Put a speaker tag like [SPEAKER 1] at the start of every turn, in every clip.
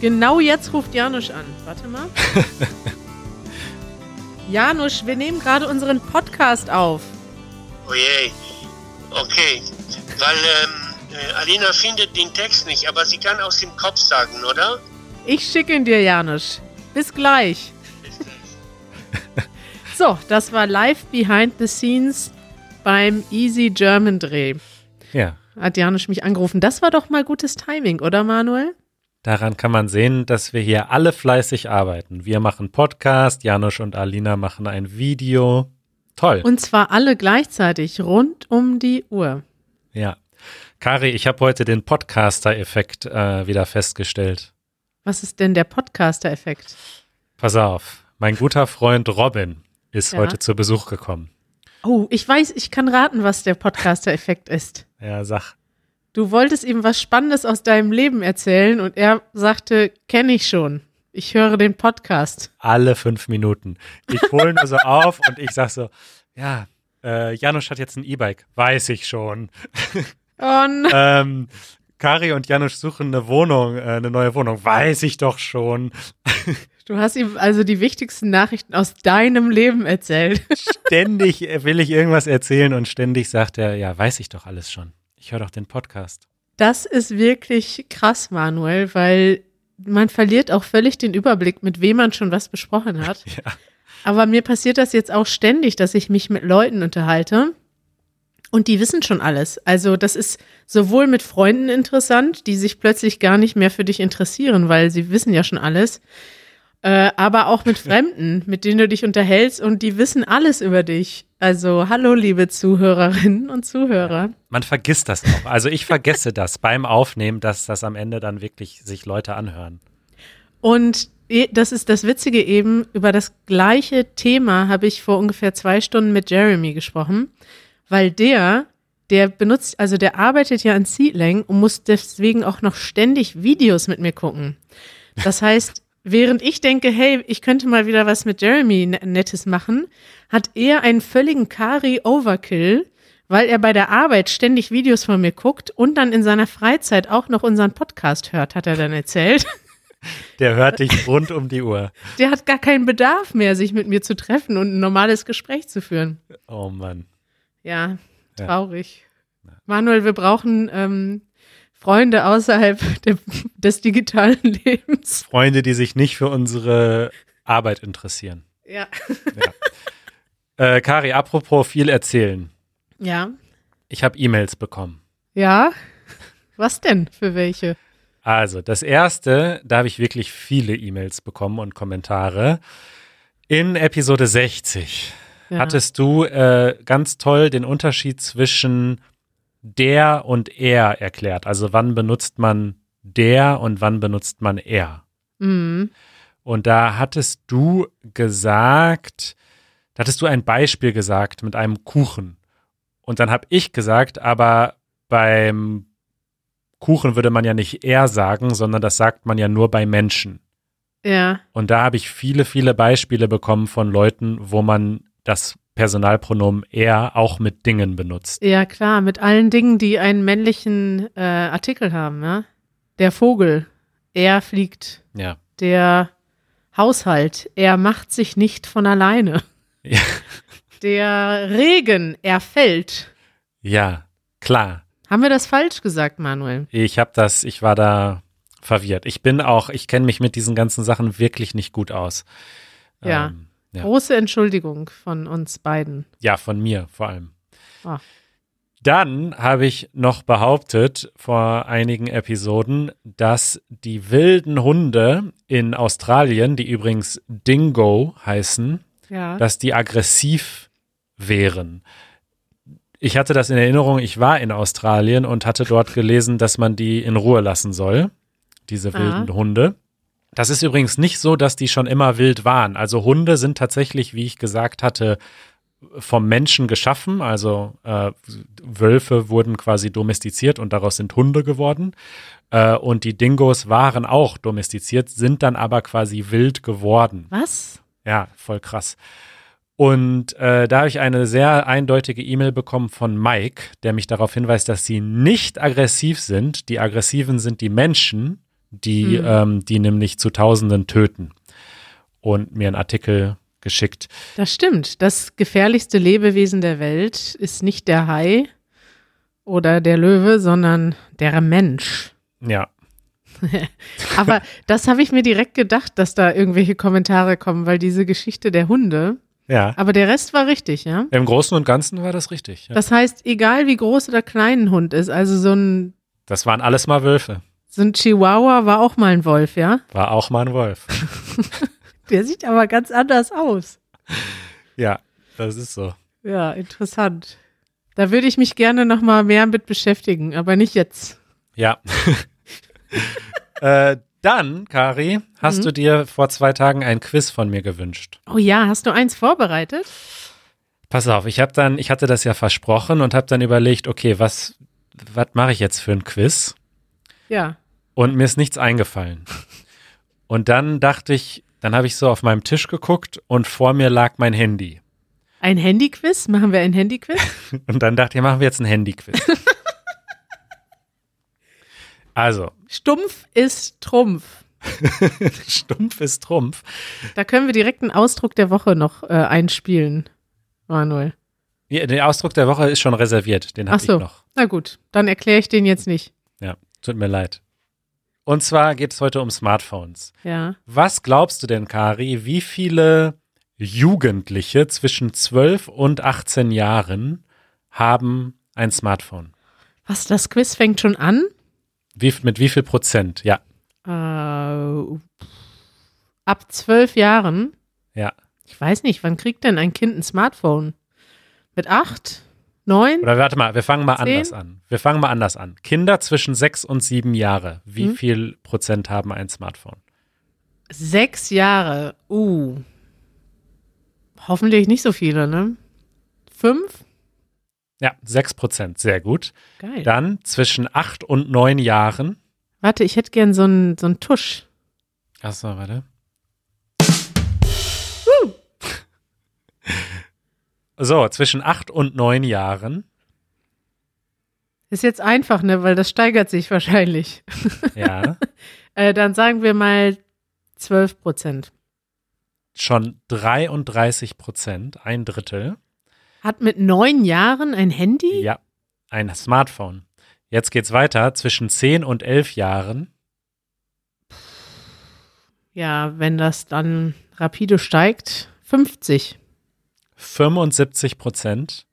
[SPEAKER 1] Genau jetzt ruft Janusz an. Warte mal. Janusz, wir nehmen gerade unseren Podcast auf.
[SPEAKER 2] Oh je. Okay. Weil ähm, äh, Alina findet den Text nicht, aber sie kann aus dem Kopf sagen, oder?
[SPEAKER 1] Ich schicke ihn dir, Janusz. Bis gleich. so, das war live behind the scenes beim Easy German Dreh.
[SPEAKER 3] Ja.
[SPEAKER 1] Hat Janusz mich angerufen. Das war doch mal gutes Timing, oder Manuel?
[SPEAKER 3] Daran kann man sehen, dass wir hier alle fleißig arbeiten. Wir machen Podcast, Janusz und Alina machen ein Video. Toll.
[SPEAKER 1] Und zwar alle gleichzeitig, rund um die Uhr.
[SPEAKER 3] ja. Kari, ich habe heute den Podcaster-Effekt äh, wieder festgestellt.
[SPEAKER 1] Was ist denn der Podcaster-Effekt?
[SPEAKER 3] Pass auf, mein guter Freund Robin ist
[SPEAKER 1] Ja.
[SPEAKER 3] heute zu Besuch gekommen.
[SPEAKER 1] Oh, ich weiß, ich kann raten, was der Podcaster-Effekt ist.
[SPEAKER 3] Ja, sag.
[SPEAKER 1] Du wolltest ihm was Spannendes aus deinem Leben erzählen und er sagte, kenne ich schon. Ich höre den Podcast.
[SPEAKER 3] alle fünf Minuten. Ich hole nur so auf und ich sag so, ja, äh, Janusz hat jetzt ein E-Bike, weiß ich schon.
[SPEAKER 1] Und
[SPEAKER 3] Ähm, Kari und Janusz suchen eine Wohnung, äh, eine neue Wohnung, weiß ich doch schon.
[SPEAKER 1] du hast ihm also die wichtigsten Nachrichten aus deinem Leben erzählt.
[SPEAKER 3] Ständig will ich irgendwas erzählen und ständig sagt er, ja, weiß ich doch alles schon. Ich höre doch den Podcast.
[SPEAKER 1] Das ist wirklich krass, Manuel, weil man verliert auch völlig den Überblick, mit wem man schon was besprochen hat.
[SPEAKER 3] Ja.
[SPEAKER 1] Aber mir passiert das jetzt auch ständig, dass ich mich mit Leuten unterhalte und die wissen schon alles. Also das ist sowohl mit Freunden interessant, die sich plötzlich gar nicht mehr für dich interessieren, weil sie wissen ja schon alles. Äh, aber auch mit Fremden, mit denen du dich unterhältst und die wissen alles über dich. Also hallo, liebe Zuhörerinnen und Zuhörer.
[SPEAKER 3] Man vergisst das auch. Also ich vergesse das beim Aufnehmen, dass das am Ende dann wirklich sich Leute anhören.
[SPEAKER 1] Und e- das ist das Witzige eben, über das gleiche Thema habe ich vor ungefähr zwei Stunden mit Jeremy gesprochen, weil der, der benutzt, also der arbeitet ja an Seedlang und muss deswegen auch noch ständig Videos mit mir gucken. Das heißt, während ich denke, hey, ich könnte mal wieder was mit Jeremy N- Nettes machen, hat er einen völligen Kari-Overkill, weil er bei der Arbeit ständig Videos von mir guckt und dann in seiner Freizeit auch noch unseren Podcast hört, hat er dann erzählt.
[SPEAKER 3] Der hört dich rund um die Uhr.
[SPEAKER 1] Der hat gar keinen Bedarf mehr, sich mit mir zu treffen und ein normales Gespräch zu führen.
[SPEAKER 3] Oh Mann.
[SPEAKER 1] Ja,
[SPEAKER 3] Ja.
[SPEAKER 1] traurig. Manuel, wir brauchen ähm, Freunde außerhalb der, des digitalen Lebens.
[SPEAKER 3] Freunde, die sich nicht für unsere Arbeit interessieren.
[SPEAKER 1] Ja.
[SPEAKER 3] Äh, Kari, apropos viel erzählen.
[SPEAKER 1] Ja.
[SPEAKER 3] Ich habe E-Mails bekommen.
[SPEAKER 1] Ja. Was denn? Für welche?
[SPEAKER 3] Also, das erste, da habe ich wirklich viele E-Mails bekommen und Kommentare. In Episode 60
[SPEAKER 1] Ja.
[SPEAKER 3] hattest du äh, ganz toll den Unterschied zwischen der und er erklärt. Also, wann benutzt man der und wann benutzt man er?
[SPEAKER 1] Mhm.
[SPEAKER 3] Und da hattest du gesagt, da hattest du ein Beispiel gesagt mit einem Kuchen. Und dann habe ich gesagt, aber beim Kuchen würde man ja nicht er sagen, sondern das sagt man ja nur bei Menschen.
[SPEAKER 1] Ja.
[SPEAKER 3] Und da habe ich viele, viele Beispiele bekommen von Leuten, wo man das Personalpronomen er auch mit Dingen benutzt.
[SPEAKER 1] Ja, klar. Mit allen Dingen, die einen männlichen äh, Artikel haben, ja. Der Vogel. Er fliegt.
[SPEAKER 3] Ja.
[SPEAKER 1] Der Haushalt. Er macht sich nicht von alleine.
[SPEAKER 3] Ja,
[SPEAKER 1] Der Regen, er fällt.
[SPEAKER 3] ja klar.
[SPEAKER 1] Haben wir das falsch gesagt, Manuel?
[SPEAKER 3] Ich habe das, ich war da verwirrt. Ich bin auch, ich kenne mich mit diesen ganzen Sachen wirklich nicht gut aus.
[SPEAKER 1] Ja.
[SPEAKER 3] Ähm, ja.
[SPEAKER 1] Große Entschuldigung von uns beiden.
[SPEAKER 3] ja, von mir vor allem.
[SPEAKER 1] Ah.
[SPEAKER 3] Dann habe ich noch behauptet vor einigen Episoden, dass die wilden Hunde in Australien, die übrigens Dingo heißen,
[SPEAKER 1] Ja.
[SPEAKER 3] dass die aggressiv wären. Ich hatte das in Erinnerung, ich war in Australien und hatte dort gelesen, dass man die in Ruhe lassen soll, diese wilden Hunde. Das ist übrigens nicht so, dass die schon immer wild waren. Also Hunde sind tatsächlich, wie ich gesagt hatte, vom Menschen geschaffen. Also äh, Wölfe wurden quasi domestiziert und daraus sind Hunde geworden. Äh, und die Dingos waren auch domestiziert, sind dann aber quasi wild geworden.
[SPEAKER 1] Was?
[SPEAKER 3] Ja, voll krass. Und äh, da habe ich eine sehr eindeutige E-Mail bekommen von Mike, der mich darauf hinweist, dass sie nicht aggressiv sind. Die Aggressiven sind die Menschen, die,
[SPEAKER 1] Mhm.
[SPEAKER 3] ähm, die nämlich zu Tausenden töten. Und mir einen Artikel geschickt.
[SPEAKER 1] Das stimmt. Das gefährlichste Lebewesen der Welt ist nicht der Hai oder der Löwe, sondern der Mensch.
[SPEAKER 3] Ja,
[SPEAKER 1] Aber das habe ich mir direkt gedacht, dass da irgendwelche Kommentare kommen, weil diese Geschichte der Hunde.
[SPEAKER 3] ja.
[SPEAKER 1] Aber der Rest war richtig, ja?
[SPEAKER 3] Im Großen und Ganzen war das richtig. Ja. Das,
[SPEAKER 1] Das heißt, egal wie groß oder klein ein Hund ist, also so ein,
[SPEAKER 3] waren alles mal Wölfe.
[SPEAKER 1] so ein Chihuahua war auch mal ein Wolf, ja?
[SPEAKER 3] War auch mal ein Wolf.
[SPEAKER 1] Der sieht aber ganz anders aus.
[SPEAKER 3] ja, das ist so.
[SPEAKER 1] Ja, interessant. Da würde ich mich gerne noch mal mehr mit beschäftigen, aber nicht jetzt.
[SPEAKER 3] Ja. äh, dann, Kari, hast
[SPEAKER 1] Mhm.
[SPEAKER 3] du dir vor zwei Tagen ein Quiz von mir gewünscht.
[SPEAKER 1] Oh ja, hast du eins vorbereitet?
[SPEAKER 3] Pass auf, ich habe dann, ich hatte das ja versprochen und habe dann überlegt, okay, was, was mache ich jetzt für ein Quiz?
[SPEAKER 1] Ja.
[SPEAKER 3] Und mir ist nichts eingefallen. Und dann dachte ich, dann habe ich so auf meinem Tisch geguckt und vor mir lag mein Handy.
[SPEAKER 1] Ein Handyquiz? Machen wir ein Handyquiz?
[SPEAKER 3] Und dann dachte ich, machen wir jetzt ein Handy-Quiz. also,
[SPEAKER 1] Stumpf ist Trumpf.
[SPEAKER 3] stumpf ist Trumpf.
[SPEAKER 1] Da können wir direkt einen Ausdruck der Woche noch äh, einspielen, Manuel.
[SPEAKER 3] Ja, der Ausdruck der Woche ist schon reserviert, den
[SPEAKER 1] Ach
[SPEAKER 3] habe ich
[SPEAKER 1] so.
[SPEAKER 3] noch.
[SPEAKER 1] Na gut, dann erkläre ich den jetzt nicht.
[SPEAKER 3] Ja, tut mir leid. Und zwar geht es heute um Smartphones.
[SPEAKER 1] Ja.
[SPEAKER 3] Was glaubst du denn, Kari, wie viele Jugendliche zwischen 12 und 18 Jahren haben ein Smartphone?
[SPEAKER 1] Was, das Quiz fängt schon an?
[SPEAKER 3] Wie, mit wie viel Prozent? Ja,
[SPEAKER 1] Äh, ab zwölf Jahren?
[SPEAKER 3] ja.
[SPEAKER 1] Ich weiß nicht, wann kriegt denn ein Kind ein Smartphone? Mit acht? Neun?
[SPEAKER 3] Oder warte mal, wir fangen mal
[SPEAKER 1] Zehn?
[SPEAKER 3] anders an. Wir fangen mal anders an. Kinder zwischen 6 und 7 Jahre, wie
[SPEAKER 1] Hm.
[SPEAKER 3] viel Prozent haben ein Smartphone?
[SPEAKER 1] Sechs Jahre. Uh. Hoffentlich nicht so viele, ne? Fünf?
[SPEAKER 3] Ja, 6 Prozent, sehr gut.
[SPEAKER 1] Geil.
[SPEAKER 3] Dann zwischen 8 und 9 Jahren.
[SPEAKER 1] Warte, ich hätte gern so einen so einen Tusch.
[SPEAKER 3] Achso, warte. So, zwischen 8 und 9 Jahren.
[SPEAKER 1] Ist jetzt einfach, ne? Weil das steigert sich wahrscheinlich.
[SPEAKER 3] Ja.
[SPEAKER 1] Äh, dann sagen wir mal 12 Prozent.
[SPEAKER 3] schon 33 Prozent, ein Drittel.
[SPEAKER 1] Hat mit neun Jahren ein Handy?
[SPEAKER 3] Ja, ein Smartphone. Jetzt geht's weiter. Zwischen 10 und 11 Jahren.
[SPEAKER 1] Ja, wenn das dann rapide steigt, 50.
[SPEAKER 3] 75 Prozent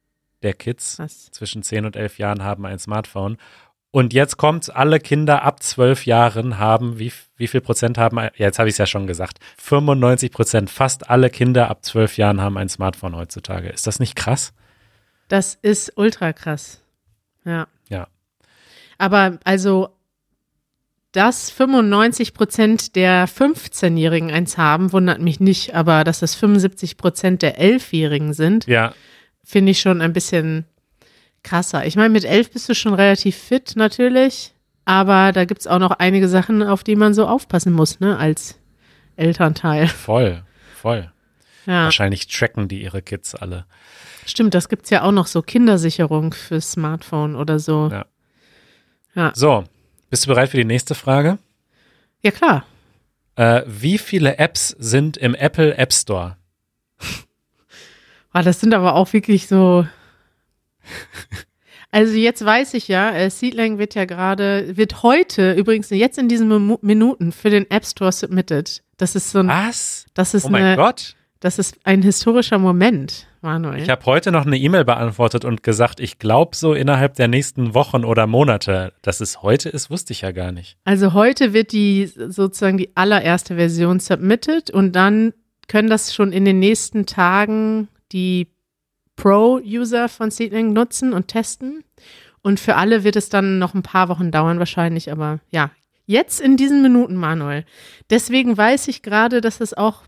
[SPEAKER 3] der Kids
[SPEAKER 1] Was?
[SPEAKER 3] zwischen 10 und 11 Jahren haben ein Smartphone. Und jetzt kommt's, alle Kinder ab 12 Jahren haben, wie, f- wie viel Prozent haben, ein- ja, jetzt habe ich es ja schon gesagt, 95 Prozent, fast alle Kinder ab 12 Jahren haben ein Smartphone heutzutage. Ist das nicht krass?
[SPEAKER 1] Das ist ultra krass. Ja.
[SPEAKER 3] Ja.
[SPEAKER 1] Aber also, dass 95 Prozent der 15-Jährigen eins haben, wundert mich nicht. Aber dass das 75 Prozent der 11-Jährigen sind,
[SPEAKER 3] Ja,
[SPEAKER 1] finde ich schon ein bisschen krasser. Ich meine, mit elf bist du schon relativ fit natürlich, aber da gibt es auch noch einige Sachen, auf die man so aufpassen muss, ne, als Elternteil.
[SPEAKER 3] voll, voll.
[SPEAKER 1] Ja,
[SPEAKER 3] Wahrscheinlich tracken die ihre Kids alle.
[SPEAKER 1] stimmt, das gibt es ja auch noch so Kindersicherung fürs Smartphone oder so.
[SPEAKER 3] Ja.
[SPEAKER 1] Ja,
[SPEAKER 3] So, bist du bereit für die nächste Frage?
[SPEAKER 1] klar.
[SPEAKER 3] Äh, wie viele Apps sind im Apple App Store?
[SPEAKER 1] Boah, Ah, das sind aber auch wirklich so. Also jetzt weiß ich ja, äh, Seedlang wird ja gerade, wird heute übrigens jetzt in diesen Minu- Minuten für den App Store submitted. Das ist so ein,
[SPEAKER 3] Was?
[SPEAKER 1] das ist
[SPEAKER 3] Oh mein
[SPEAKER 1] eine,
[SPEAKER 3] Gott.
[SPEAKER 1] Das ist ein historischer Moment, Manuel.
[SPEAKER 3] Ich habe heute noch eine E-Mail beantwortet und gesagt, ich glaube so innerhalb der nächsten Wochen oder Monate. Dass es heute ist, wusste ich ja gar nicht.
[SPEAKER 1] also heute wird die sozusagen die allererste Version submitted und dann können das schon in den nächsten Tagen die Pro-User von Seedling nutzen und testen. Und für alle wird es dann noch ein paar Wochen dauern wahrscheinlich, aber ja, jetzt in diesen Minuten, Manuel. Deswegen weiß ich gerade, dass es auch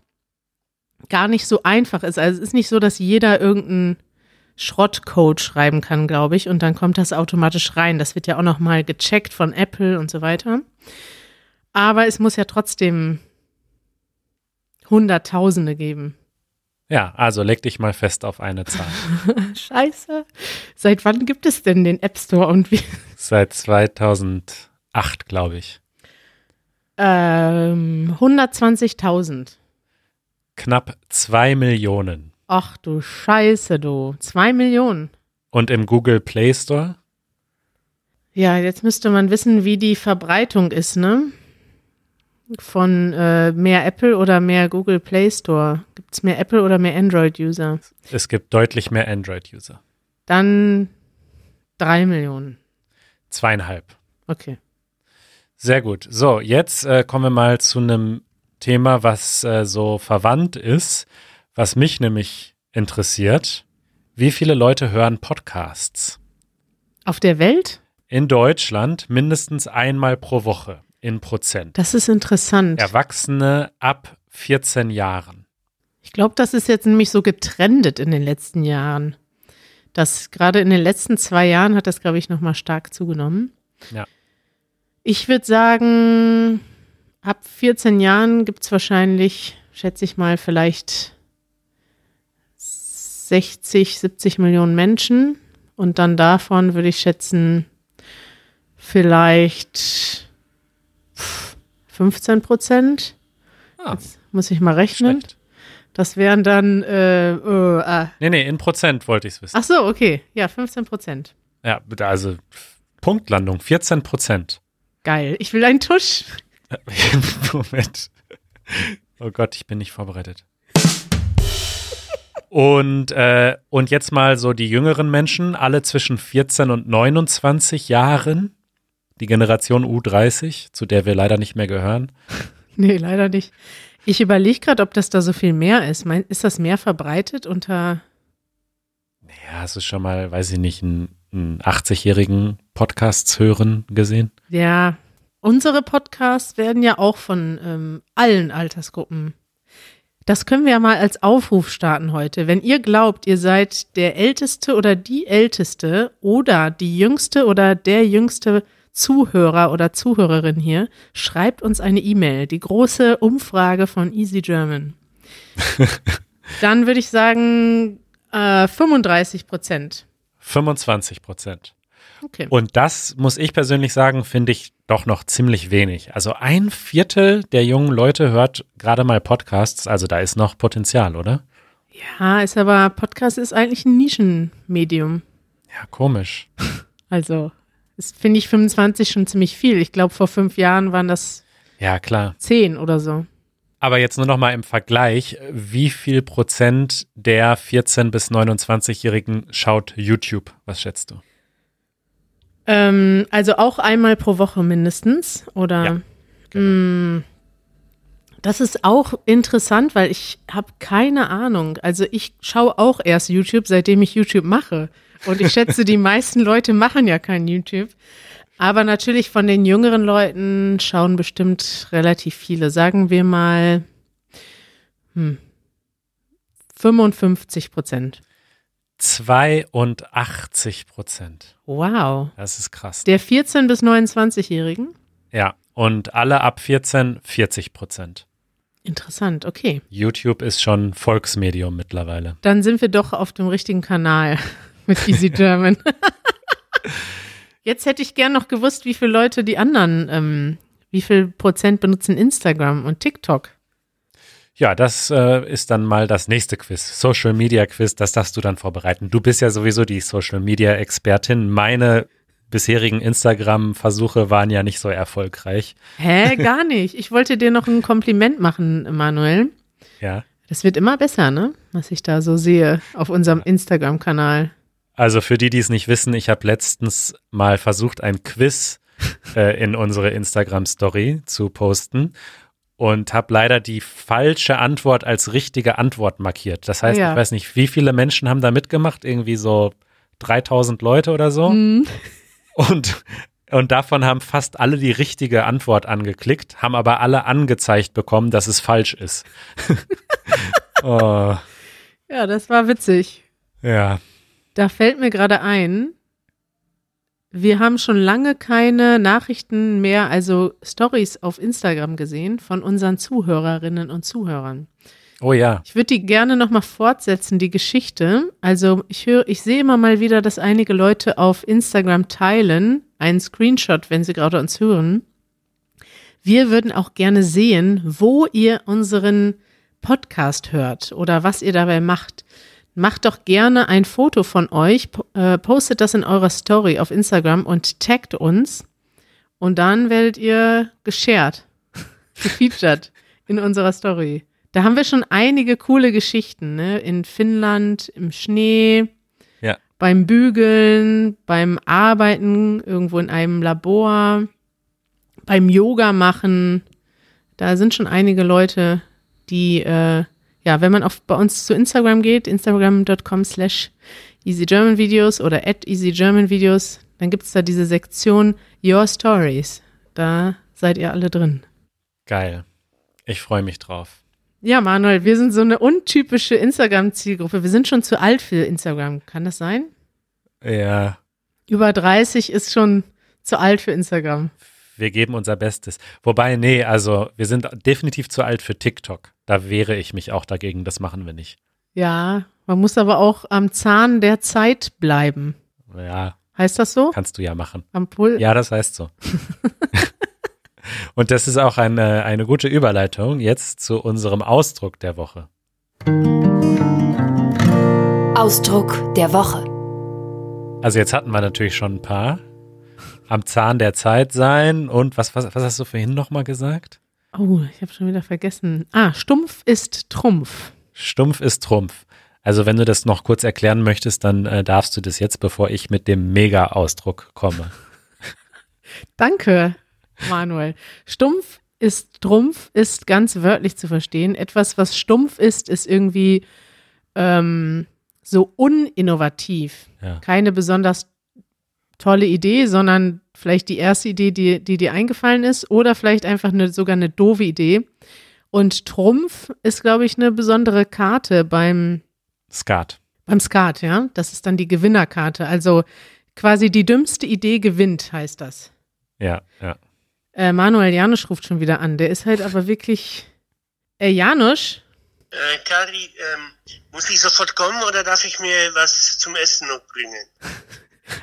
[SPEAKER 1] gar nicht so einfach ist. Also es ist nicht so, dass jeder irgendeinen Schrottcode schreiben kann, glaube ich, und dann kommt das automatisch rein. Das wird ja auch noch mal gecheckt von Apple und so weiter. Aber es muss ja trotzdem Hunderttausende geben.
[SPEAKER 3] Ja, also leg dich mal fest auf eine Zahl.
[SPEAKER 1] Scheiße. Seit wann gibt es denn den App Store und wie?
[SPEAKER 3] Seit 2008, glaube ich.
[SPEAKER 1] Ähm, 120.000.
[SPEAKER 3] Knapp 2 Millionen.
[SPEAKER 1] Ach du Scheiße, du. 2 Millionen.
[SPEAKER 3] Und im Google Play Store?
[SPEAKER 1] Ja, jetzt müsste man wissen, wie die Verbreitung ist, ne? Von äh, mehr Apple oder mehr Google Play Store? Gibt es mehr Apple oder mehr Android-User?
[SPEAKER 3] Es gibt deutlich mehr Android-User.
[SPEAKER 1] Dann 3 Millionen.
[SPEAKER 3] Zweieinhalb.
[SPEAKER 1] Okay.
[SPEAKER 3] Sehr gut. So, jetzt äh, kommen wir mal zu einem Thema, was äh, so verwandt ist, was mich nämlich interessiert. Wie viele Leute hören Podcasts?
[SPEAKER 1] Auf der Welt?
[SPEAKER 3] In Deutschland mindestens einmal pro Woche in Prozent.
[SPEAKER 1] Das ist interessant.
[SPEAKER 3] Erwachsene ab 14 Jahren.
[SPEAKER 1] Ich glaube, das ist jetzt nämlich so getrendet in den letzten Jahren. Das gerade in den letzten zwei Jahren hat das, glaube ich, nochmal stark zugenommen.
[SPEAKER 3] Ja.
[SPEAKER 1] Ich würde sagen, ab 14 Jahren gibt es wahrscheinlich, schätze ich mal, vielleicht 60, 70 Millionen Menschen. Und dann davon würde ich schätzen, vielleicht pff, 15 Prozent.
[SPEAKER 3] Ah,
[SPEAKER 1] Jetzt muss ich mal rechnen.
[SPEAKER 3] schlecht.
[SPEAKER 1] Das wären dann, äh, äh, ah.
[SPEAKER 3] Nee, nee, in Prozent wollte ich es wissen.
[SPEAKER 1] ach so, okay, ja, 15 Prozent.
[SPEAKER 3] Ja, bitte, also Punktlandung, 14 Prozent.
[SPEAKER 1] Geil, ich will einen Tusch.
[SPEAKER 3] Moment. Oh Gott, ich bin nicht vorbereitet. Und, äh, und jetzt mal so die jüngeren Menschen, alle zwischen 14 und 29 Jahren, die Generation U30, zu der wir leider nicht mehr gehören.
[SPEAKER 1] Nee, leider nicht. Ich überlege gerade, ob das da so viel mehr ist. Mein, ist das mehr verbreitet unter.
[SPEAKER 3] Ja, hast du schon mal, weiß ich nicht, einen, einen 80-jährigen Podcasts hören gesehen?
[SPEAKER 1] Ja, unsere Podcasts werden ja auch von ähm, allen Altersgruppen. Das können wir ja mal als Aufruf starten heute. Wenn ihr glaubt, ihr seid der Älteste oder die Älteste oder die Jüngste oder der jüngste Zuhörer oder Zuhörerin hier, schreibt uns eine E-Mail. Die große Umfrage von Easy German. Dann würde ich sagen äh, 35 Prozent.
[SPEAKER 3] 25 Prozent.
[SPEAKER 1] Okay.
[SPEAKER 3] Und das muss ich persönlich sagen, finde ich doch noch ziemlich wenig. Also ein Viertel der jungen Leute hört gerade mal Podcasts, also da ist noch Potenzial, oder?
[SPEAKER 1] Ja, ist aber Podcast ist eigentlich ein Nischenmedium.
[SPEAKER 3] Ja, komisch.
[SPEAKER 1] Also, ist finde ich 25 schon ziemlich viel. Ich glaube, vor fünf Jahren waren das
[SPEAKER 3] Ja, klar.
[SPEAKER 1] 10 oder so.
[SPEAKER 3] Aber jetzt nur noch mal im Vergleich, wie viel Prozent der 14 bis 29-Jährigen schaut YouTube? Was schätzt du?
[SPEAKER 1] Ähm, also auch einmal pro Woche mindestens. Oder
[SPEAKER 3] Ja,
[SPEAKER 1] Mm. das ist auch interessant, weil ich habe keine Ahnung. Also ich schaue auch erst YouTube, seitdem ich YouTube mache. Und ich schätze, die meisten Leute machen ja kein YouTube. Aber natürlich von den jüngeren Leuten schauen bestimmt relativ viele. Sagen wir mal hm, 55 Prozent.
[SPEAKER 3] 82 Prozent.
[SPEAKER 1] Wow.
[SPEAKER 3] Das ist krass.
[SPEAKER 1] Der 14- bis 29-Jährigen?
[SPEAKER 3] Ja, und alle ab 14 40 Prozent.
[SPEAKER 1] Interessant, okay.
[SPEAKER 3] YouTube ist schon Volksmedium mittlerweile.
[SPEAKER 1] Dann sind wir doch auf dem richtigen Kanal mit Easy German. Jetzt hätte ich gern noch gewusst, wie viele Leute die anderen, ähm, wie viel Prozent benutzen Instagram und TikTok.
[SPEAKER 3] Ja, das äh, ist dann mal das nächste Quiz. Social Media Quiz, das darfst du dann vorbereiten. Du bist ja sowieso die Social Media Expertin. Meine bisherigen Instagram-Versuche waren ja nicht so erfolgreich.
[SPEAKER 1] Hä, gar nicht. Ich wollte dir noch ein Kompliment machen, Manuel.
[SPEAKER 3] Ja.
[SPEAKER 1] Das wird immer besser, ne? Was ich da so sehe auf unserem Instagram-Kanal.
[SPEAKER 3] Also für die, die es nicht wissen, ich habe letztens mal versucht, ein Quiz äh, in unsere Instagram-Story zu posten und habe leider die falsche Antwort als richtige Antwort markiert. Das heißt,
[SPEAKER 1] Ja.
[SPEAKER 3] ich weiß nicht, wie viele Menschen haben da mitgemacht? Irgendwie so 3000 Leute oder so.
[SPEAKER 1] Hm.
[SPEAKER 3] Und, und davon haben fast alle die richtige Antwort angeklickt, haben aber alle angezeigt bekommen, dass es falsch ist. oh,
[SPEAKER 1] Ja, das war witzig.
[SPEAKER 3] ja.
[SPEAKER 1] Da fällt mir gerade ein, wir haben schon lange keine Nachrichten mehr, also Stories auf Instagram gesehen von unseren Zuhörerinnen und Zuhörern.
[SPEAKER 3] Oh ja.
[SPEAKER 1] Ich würde die gerne nochmal fortsetzen, die Geschichte. Also ich höre, ich sehe immer mal wieder, dass einige Leute auf Instagram teilen, einen Screenshot, wenn sie gerade uns hören, Wir würden auch gerne sehen, wo ihr unseren Podcast hört oder was ihr dabei macht. Macht doch gerne ein Foto von euch, äh, postet das in eurer Story auf Instagram und taggt uns. Und dann werdet ihr geshared, gefeatured in unserer Story. Da haben wir schon einige coole Geschichten, ne? In Finnland, im Schnee,
[SPEAKER 3] Ja.
[SPEAKER 1] beim Bügeln, beim Arbeiten irgendwo in einem Labor, beim Yoga machen. Da sind schon einige Leute, die, äh, ja, wenn man auf, bei uns zu Instagram geht, instagram.com slash easygermanvideos oder at easygermanvideos, dann gibt es da diese Sektion Your Stories. Da seid ihr alle drin.
[SPEAKER 3] Geil. Ich freue mich drauf.
[SPEAKER 1] Ja, Manuel, wir sind so eine untypische Instagram-Zielgruppe. Wir sind schon zu alt für Instagram. Kann das sein?
[SPEAKER 3] Ja.
[SPEAKER 1] Über 30 ist schon zu alt für Instagram.
[SPEAKER 3] Wir geben unser Bestes. Wobei, nee, also wir sind definitiv zu alt für TikTok. Da wehre ich mich auch dagegen. Das machen wir nicht.
[SPEAKER 1] Ja, man muss aber auch am Zahn der Zeit bleiben.
[SPEAKER 3] Ja,
[SPEAKER 1] Heißt das so?
[SPEAKER 3] kannst du ja machen.
[SPEAKER 1] Am Pul
[SPEAKER 3] Ja, das heißt so. Und das ist auch eine, eine gute Überleitung jetzt zu unserem Ausdruck der Woche.
[SPEAKER 4] Ausdruck der Woche.
[SPEAKER 3] Also jetzt hatten wir natürlich schon ein paar. Am Zahn der Zeit sein und was, was, was hast du vorhin nochmal gesagt?
[SPEAKER 1] Oh, ich habe schon wieder vergessen. Ah, stumpf ist Trumpf.
[SPEAKER 3] Stumpf ist Trumpf. Also wenn du das noch kurz erklären möchtest, dann äh, darfst du das jetzt, bevor ich mit dem Mega-Ausdruck komme.
[SPEAKER 1] Danke, Manuel. Stumpf ist Trumpf, ist ganz wörtlich zu verstehen. Etwas, was stumpf ist, ist irgendwie ähm, so uninnovativ.
[SPEAKER 3] Ja.
[SPEAKER 1] Keine besonders tolle Idee, sondern vielleicht die erste Idee, die, die dir eingefallen ist, oder vielleicht einfach eine, sogar eine doofe Idee. Und Trumpf ist, glaube ich, eine besondere Karte beim
[SPEAKER 3] Skat.
[SPEAKER 1] Beim Skat, ja. Das ist dann die Gewinnerkarte. Also quasi die dümmste Idee gewinnt, heißt das.
[SPEAKER 3] Ja, ja.
[SPEAKER 1] Äh, Manuel Janusch ruft schon wieder an. Der ist halt aber wirklich. Äh, Janusch?
[SPEAKER 2] Äh, Kari, ähm, muss ich sofort kommen oder darf ich mir was zum Essen noch bringen?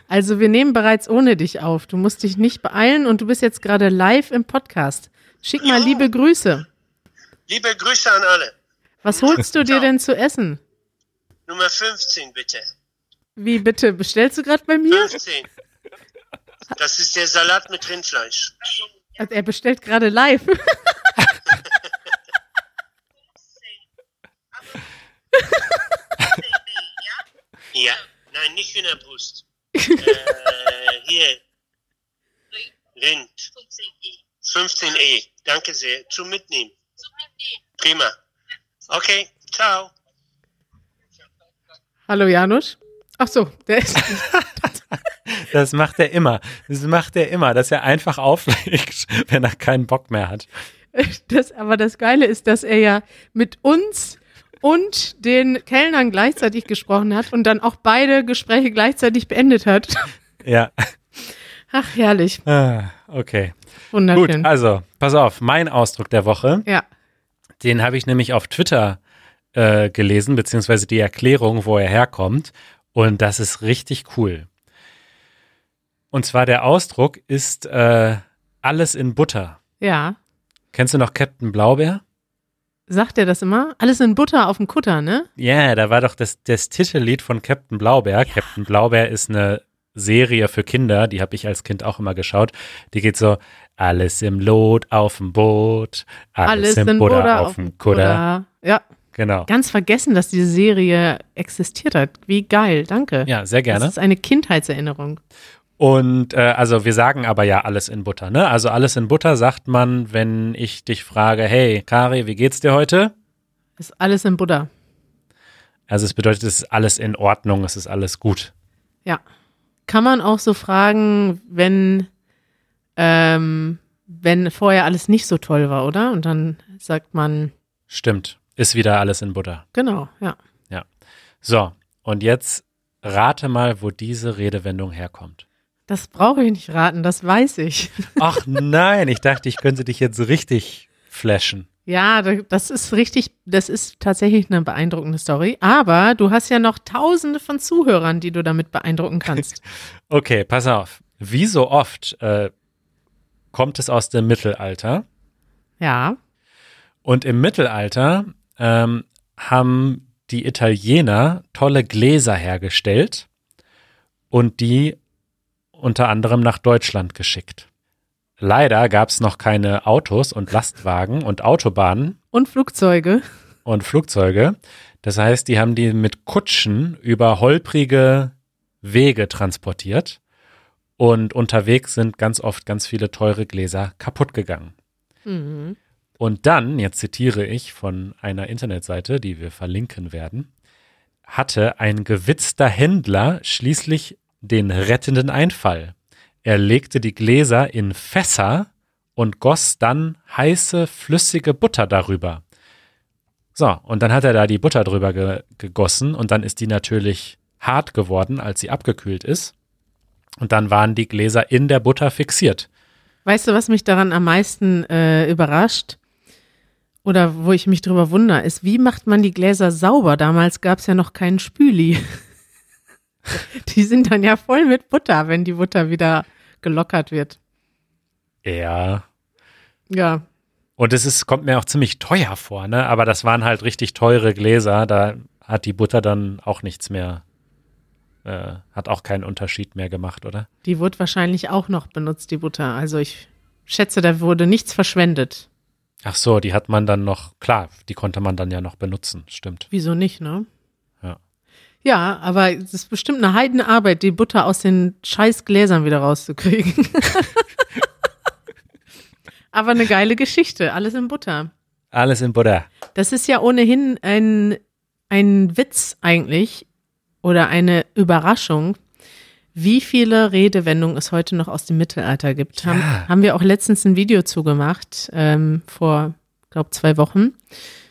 [SPEAKER 1] Also wir nehmen bereits ohne dich auf. Du musst dich nicht beeilen und du bist jetzt gerade live im Podcast. Schick mal
[SPEAKER 2] Ja.
[SPEAKER 1] liebe Grüße.
[SPEAKER 2] Liebe Grüße an alle.
[SPEAKER 1] Was holst du dir denn zu essen?
[SPEAKER 2] Nummer 15 bitte.
[SPEAKER 1] Wie bitte? Bestellst du gerade bei mir?
[SPEAKER 2] 15. Das ist der Salat mit Rindfleisch.
[SPEAKER 1] Also er bestellt gerade live.
[SPEAKER 2] Ja. Nein, nicht Hühnerbrust. äh, hier. Rind. 15e. Danke sehr. E. Zum Mitnehmen. Prima. Okay, ciao.
[SPEAKER 1] Hallo Janusch. Ach so, der ist.
[SPEAKER 3] Das macht er immer. Das macht er immer, dass er einfach auflegt, wenn er keinen Bock mehr hat.
[SPEAKER 1] Das, aber das Geile ist, dass er ja mit uns und den Kellnern gleichzeitig gesprochen hat und dann auch beide Gespräche gleichzeitig beendet hat.
[SPEAKER 3] Ja.
[SPEAKER 1] Ach, herrlich.
[SPEAKER 3] Ah, Okay.
[SPEAKER 1] Wunderschön.
[SPEAKER 3] Gut, also, pass auf, mein Ausdruck der Woche,
[SPEAKER 1] ja.
[SPEAKER 3] den habe ich nämlich auf Twitter äh, gelesen, beziehungsweise die Erklärung, wo er herkommt. Und das ist richtig cool. Und zwar der Ausdruck ist äh, alles in Butter.
[SPEAKER 1] Ja.
[SPEAKER 3] Kennst du noch Captain Blaubeer?
[SPEAKER 1] Sagt er das immer? Alles in Butter auf dem Kutter, ne?
[SPEAKER 3] Ja, da war doch das, das Titellied von Captain Blaubeer. Captain Blaubeer ist eine Serie für Kinder, die habe ich als Kind auch immer geschaut. Die geht so, alles im Lot auf dem Boot, alles, im Butter, auf dem Kutter.
[SPEAKER 1] Ja.
[SPEAKER 3] Genau.
[SPEAKER 1] Ganz vergessen, dass diese Serie existiert hat. Wie geil. Danke.
[SPEAKER 3] Ja, sehr
[SPEAKER 1] Das
[SPEAKER 3] gerne.
[SPEAKER 1] ist eine Kindheitserinnerung.
[SPEAKER 3] Und äh, also wir sagen aber ja alles in Butter, ne? Also alles in Butter sagt man, wenn ich dich frage, hey Kari, wie geht's dir heute?
[SPEAKER 1] Ist alles in Butter.
[SPEAKER 3] Also es bedeutet, es ist alles in Ordnung, es ist alles gut.
[SPEAKER 1] Ja. Kann man auch so fragen, wenn, ähm, wenn vorher alles nicht so toll war, oder? Und dann sagt man,
[SPEAKER 3] Stimmt. Ist wieder alles in Butter.
[SPEAKER 1] genau, ja.
[SPEAKER 3] So, und jetzt rate mal, wo diese Redewendung herkommt.
[SPEAKER 1] Das brauche ich nicht raten, das weiß ich.
[SPEAKER 3] Ach nein, ich dachte, ich könnte dich jetzt richtig flashen.
[SPEAKER 1] Ja, da- das ist richtig, das ist tatsächlich eine beeindruckende Story. Aber du hast ja noch tausende von Zuhörern, die du damit beeindrucken kannst.
[SPEAKER 3] Okay, pass auf. Wie so oft äh, kommt es aus dem Mittelalter.
[SPEAKER 1] Ja.
[SPEAKER 3] Und im Mittelalter ähm, haben die Italiener tolle Gläser hergestellt und die unter anderem nach Deutschland geschickt. Leider gab es noch keine Autos und Lastwagen und Autobahnen
[SPEAKER 1] Und Flugzeuge.
[SPEAKER 3] und Flugzeuge. Das heißt, die haben die mit Kutschen über holprige Wege transportiert. Und unterwegs sind ganz oft ganz viele teure Gläser kaputt gegangen.
[SPEAKER 1] Mhm.
[SPEAKER 3] Und dann, jetzt zitiere ich von einer Internetseite, die wir verlinken werden, hatte ein gewitzter Händler schließlich den rettenden Einfall. Er legte die Gläser in Fässer und goss dann heiße, flüssige Butter darüber. So, und dann hat er da die Butter drüber ge gegossen und dann ist die natürlich hart geworden, als sie abgekühlt ist. Und dann waren die Gläser in der Butter fixiert.
[SPEAKER 1] Weißt du, was mich daran am meisten äh, überrascht oder wo ich mich drüber wundere, ist, wie macht man die Gläser sauber? Damals gab es ja noch keinen Spüli. die sind dann ja voll mit Butter, wenn die Butter wieder gelockert wird.
[SPEAKER 3] Ja,
[SPEAKER 1] Ja,
[SPEAKER 3] Und es ist, kommt mir auch ziemlich teuer vor, ne? Aber das waren halt richtig teure Gläser. Da hat die Butter dann auch nichts mehr, äh, hat auch keinen Unterschied mehr gemacht, oder?
[SPEAKER 1] die wurde wahrscheinlich auch noch benutzt, die Butter. Also ich schätze, da wurde nichts verschwendet.
[SPEAKER 3] Ach so, die hat man dann noch, klar, die konnte man dann ja noch benutzen, stimmt.
[SPEAKER 1] Wieso nicht, ne?
[SPEAKER 3] Ja.
[SPEAKER 1] Ja, aber es ist bestimmt eine Heidenarbeit, die Butter aus den scheiß Gläsern wieder rauszukriegen. aber eine geile Geschichte, alles in Butter.
[SPEAKER 3] Alles in Butter.
[SPEAKER 1] Das ist ja ohnehin ein, ein Witz eigentlich oder eine Überraschung, wie viele Redewendungen es heute noch aus dem Mittelalter gibt. Haben,
[SPEAKER 3] Ja.
[SPEAKER 1] haben wir auch letztens ein Video zugemacht, ähm, vor, glaube zwei Wochen,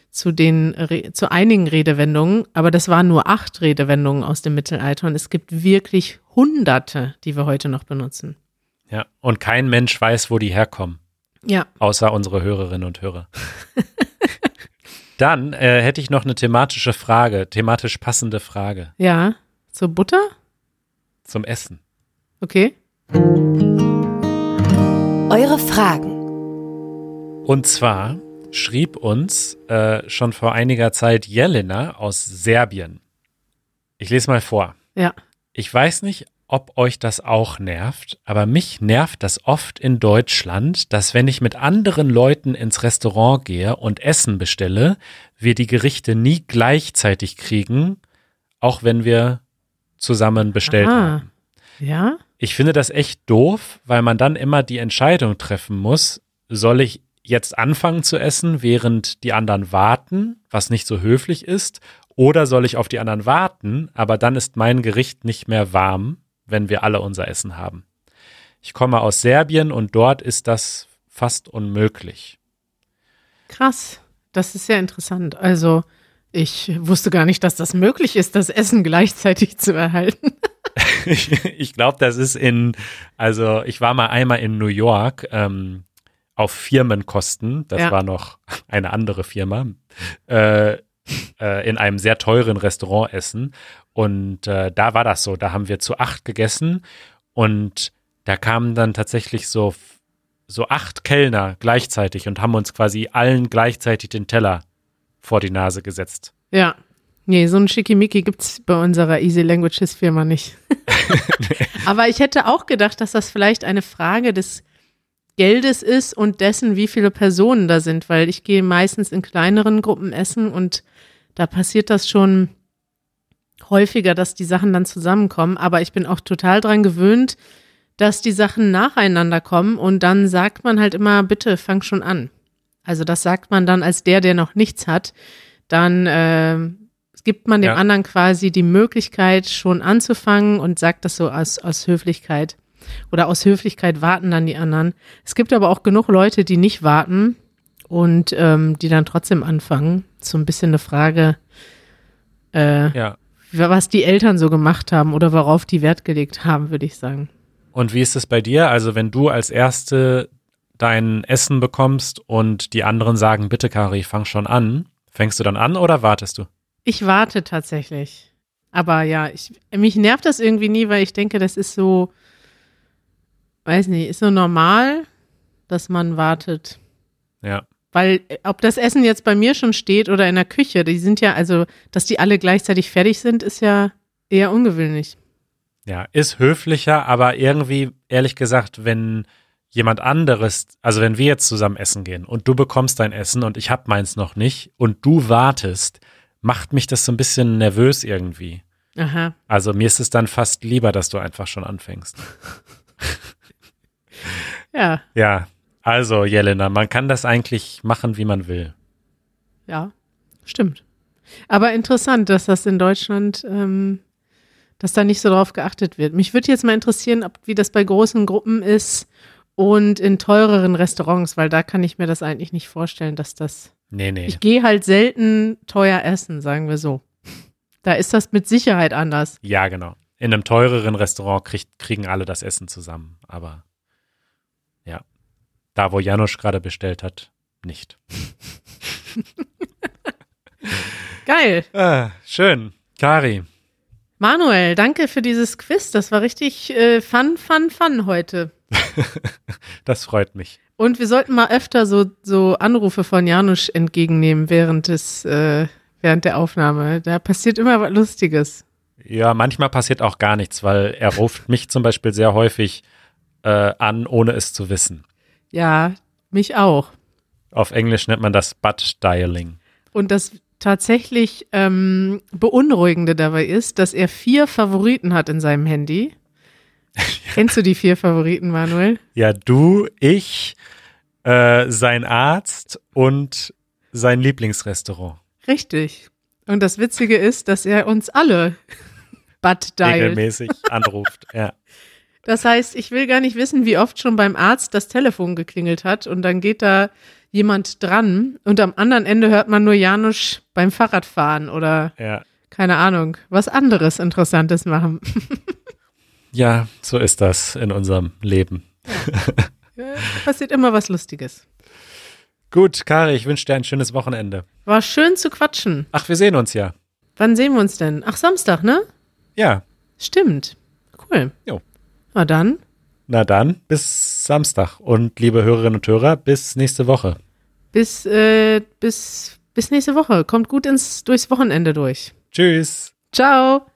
[SPEAKER 1] zu, den, Re zu einigen Redewendungen. Aber das waren nur acht Redewendungen aus dem Mittelalter und es gibt wirklich Hunderte, die wir heute noch benutzen.
[SPEAKER 3] Ja. Und kein Mensch weiß, wo die herkommen.
[SPEAKER 1] Ja,
[SPEAKER 3] Außer unsere Hörerinnen und Hörer. dann äh, hätte ich noch eine thematische Frage, thematisch passende Frage
[SPEAKER 1] ja. Zur Butter?
[SPEAKER 3] zum Essen.
[SPEAKER 1] Okay.
[SPEAKER 4] Eure Fragen.
[SPEAKER 3] Und zwar schrieb uns äh, schon vor einiger Zeit Jelena aus Serbien. Ich lese mal vor.
[SPEAKER 1] Ja.
[SPEAKER 3] Ich weiß nicht, ob euch das auch nervt, aber mich nervt das oft in Deutschland, dass wenn ich mit anderen Leuten ins Restaurant gehe und Essen bestelle, wir die Gerichte nie gleichzeitig kriegen, auch wenn wir zusammen bestellt haben.
[SPEAKER 1] Ah. Ja?
[SPEAKER 3] Ich finde das echt doof, weil man dann immer die Entscheidung treffen muss, soll ich jetzt anfangen zu essen, während die anderen warten, was nicht so höflich ist, oder soll ich auf die anderen warten, aber dann ist mein Gericht nicht mehr warm, wenn wir alle unser Essen haben. Ich komme aus Serbien und dort ist das fast unmöglich.
[SPEAKER 1] Krass, das ist sehr interessant. Also ich wusste gar nicht, dass das möglich ist, das Essen gleichzeitig zu erhalten.
[SPEAKER 3] Ich, ich glaube, das ist in, also ich war mal einmal in New York ähm, auf Firmenkosten, das
[SPEAKER 1] Ja.
[SPEAKER 3] war noch eine andere Firma, äh, äh, in einem sehr teuren Restaurant essen. Und äh, da war das so, da haben wir zu acht gegessen und da kamen dann tatsächlich so, f- so acht Kellner gleichzeitig und haben uns quasi allen gleichzeitig den Teller vor die Nase gesetzt.
[SPEAKER 1] Ja. Nee, so ein Schickimicki gibt's bei unserer Easy Languages Firma nicht. Aber ich hätte auch gedacht, dass das vielleicht eine Frage des Geldes ist und dessen, wie viele Personen da sind, weil ich gehe meistens in kleineren Gruppen essen und da passiert das schon häufiger, dass die Sachen dann zusammenkommen. Aber ich bin auch total dran gewöhnt, dass die Sachen nacheinander kommen und dann sagt man halt immer, bitte fang schon an. Also das sagt man dann als der, der noch nichts hat. Dann ähm, gibt man dem
[SPEAKER 3] Ja.
[SPEAKER 1] anderen quasi die Möglichkeit, schon anzufangen und sagt das so aus, aus Höflichkeit. Oder aus Höflichkeit warten dann die anderen. Es gibt aber auch genug Leute, die nicht warten und ähm, die dann trotzdem anfangen. So ein bisschen eine Frage, äh,
[SPEAKER 3] Ja,
[SPEAKER 1] was die Eltern so gemacht haben oder worauf die Wert gelegt haben, würde ich sagen.
[SPEAKER 3] Und wie ist es bei dir? Also, wenn du als Erste dein Essen bekommst und die anderen sagen, bitte Kari, fang schon an, fängst du dann an oder wartest du?
[SPEAKER 1] Ich warte tatsächlich. Aber ja, ich, mich nervt das irgendwie nie, weil ich denke, das ist so, weiß nicht, ist so normal. dass man wartet.
[SPEAKER 3] Ja.
[SPEAKER 1] Weil äh, ob das Essen jetzt bei mir schon steht oder in der Küche, die sind ja, also, dass die alle gleichzeitig fertig sind, ist ja eher ungewöhnlich.
[SPEAKER 3] Ja, ist höflicher, aber irgendwie, ehrlich gesagt, wenn jemand anderes, also wenn wir jetzt zusammen essen gehen und du bekommst dein Essen und ich hab meins noch nicht und du wartest, macht mich das so ein bisschen nervös irgendwie.
[SPEAKER 1] Aha.
[SPEAKER 3] Also mir ist es dann fast lieber, dass du einfach schon anfängst.
[SPEAKER 1] Ja,
[SPEAKER 3] Ja, also Jelena, man kann das eigentlich machen, wie man will.
[SPEAKER 1] ja. Stimmt. Aber interessant, dass das in Deutschland, ähm, dass da nicht so drauf geachtet wird. Mich würde jetzt mal interessieren, ob wie das bei großen Gruppen ist und in teureren Restaurants, weil da kann ich mir das eigentlich nicht vorstellen, dass das
[SPEAKER 3] Nee, nee.
[SPEAKER 1] Ich gehe halt selten teuer essen, sagen wir so. Da ist das mit Sicherheit anders.
[SPEAKER 3] Ja, genau. In einem teureren Restaurant kriegt, kriegen alle das Essen zusammen, aber ja, da wo Janosch gerade bestellt hat, nicht.
[SPEAKER 1] Geil.
[SPEAKER 3] Ah, schön. Kari,
[SPEAKER 1] Manuel, danke für dieses Quiz. Das war richtig äh, fun, fun, fun heute.
[SPEAKER 3] das freut mich.
[SPEAKER 1] Und wir sollten mal öfter so, so Anrufe von Janusz entgegennehmen während des, äh, während der Aufnahme. Da passiert immer was Lustiges.
[SPEAKER 3] Ja, manchmal passiert auch gar nichts, weil er ruft mich zum Beispiel sehr häufig äh, an, ohne es zu wissen.
[SPEAKER 1] Ja, mich auch.
[SPEAKER 3] Auf Englisch nennt man das Butt-Dialing.
[SPEAKER 1] Und das tatsächlich ähm, Beunruhigende dabei ist, dass er vier Favoriten hat in seinem Handy. Kennst du die vier Favoriten, Manuel?
[SPEAKER 3] Ja, du, ich, äh, sein Arzt und sein Lieblingsrestaurant.
[SPEAKER 1] Richtig. Und das Witzige ist, dass er uns alle butt dialt.
[SPEAKER 3] Regelmäßig anruft. ja.
[SPEAKER 1] Das heißt, ich will gar nicht wissen, wie oft schon beim Arzt das Telefon geklingelt hat und dann geht da jemand dran und am anderen Ende hört man nur Janusz beim Fahrradfahren oder
[SPEAKER 3] Ja.
[SPEAKER 1] keine Ahnung, was anderes Interessantes machen.
[SPEAKER 3] ja, so ist das in unserem Leben.
[SPEAKER 1] Ja, Passiert immer was Lustiges.
[SPEAKER 3] Gut, Kari, ich wünsche dir ein schönes Wochenende.
[SPEAKER 1] War schön zu quatschen.
[SPEAKER 3] Ach, wir sehen uns ja.
[SPEAKER 1] Wann sehen wir uns denn? Ach, Samstag, ne?
[SPEAKER 3] Ja,
[SPEAKER 1] Stimmt. Cool.
[SPEAKER 3] Jo.
[SPEAKER 1] Na dann,
[SPEAKER 3] na dann, bis Samstag. Und liebe Hörerinnen und Hörer, bis nächste Woche.
[SPEAKER 1] bis, äh, bis, bis nächste Woche. Kommt gut ins, durchs Wochenende durch.
[SPEAKER 3] Tschüss.
[SPEAKER 1] Ciao.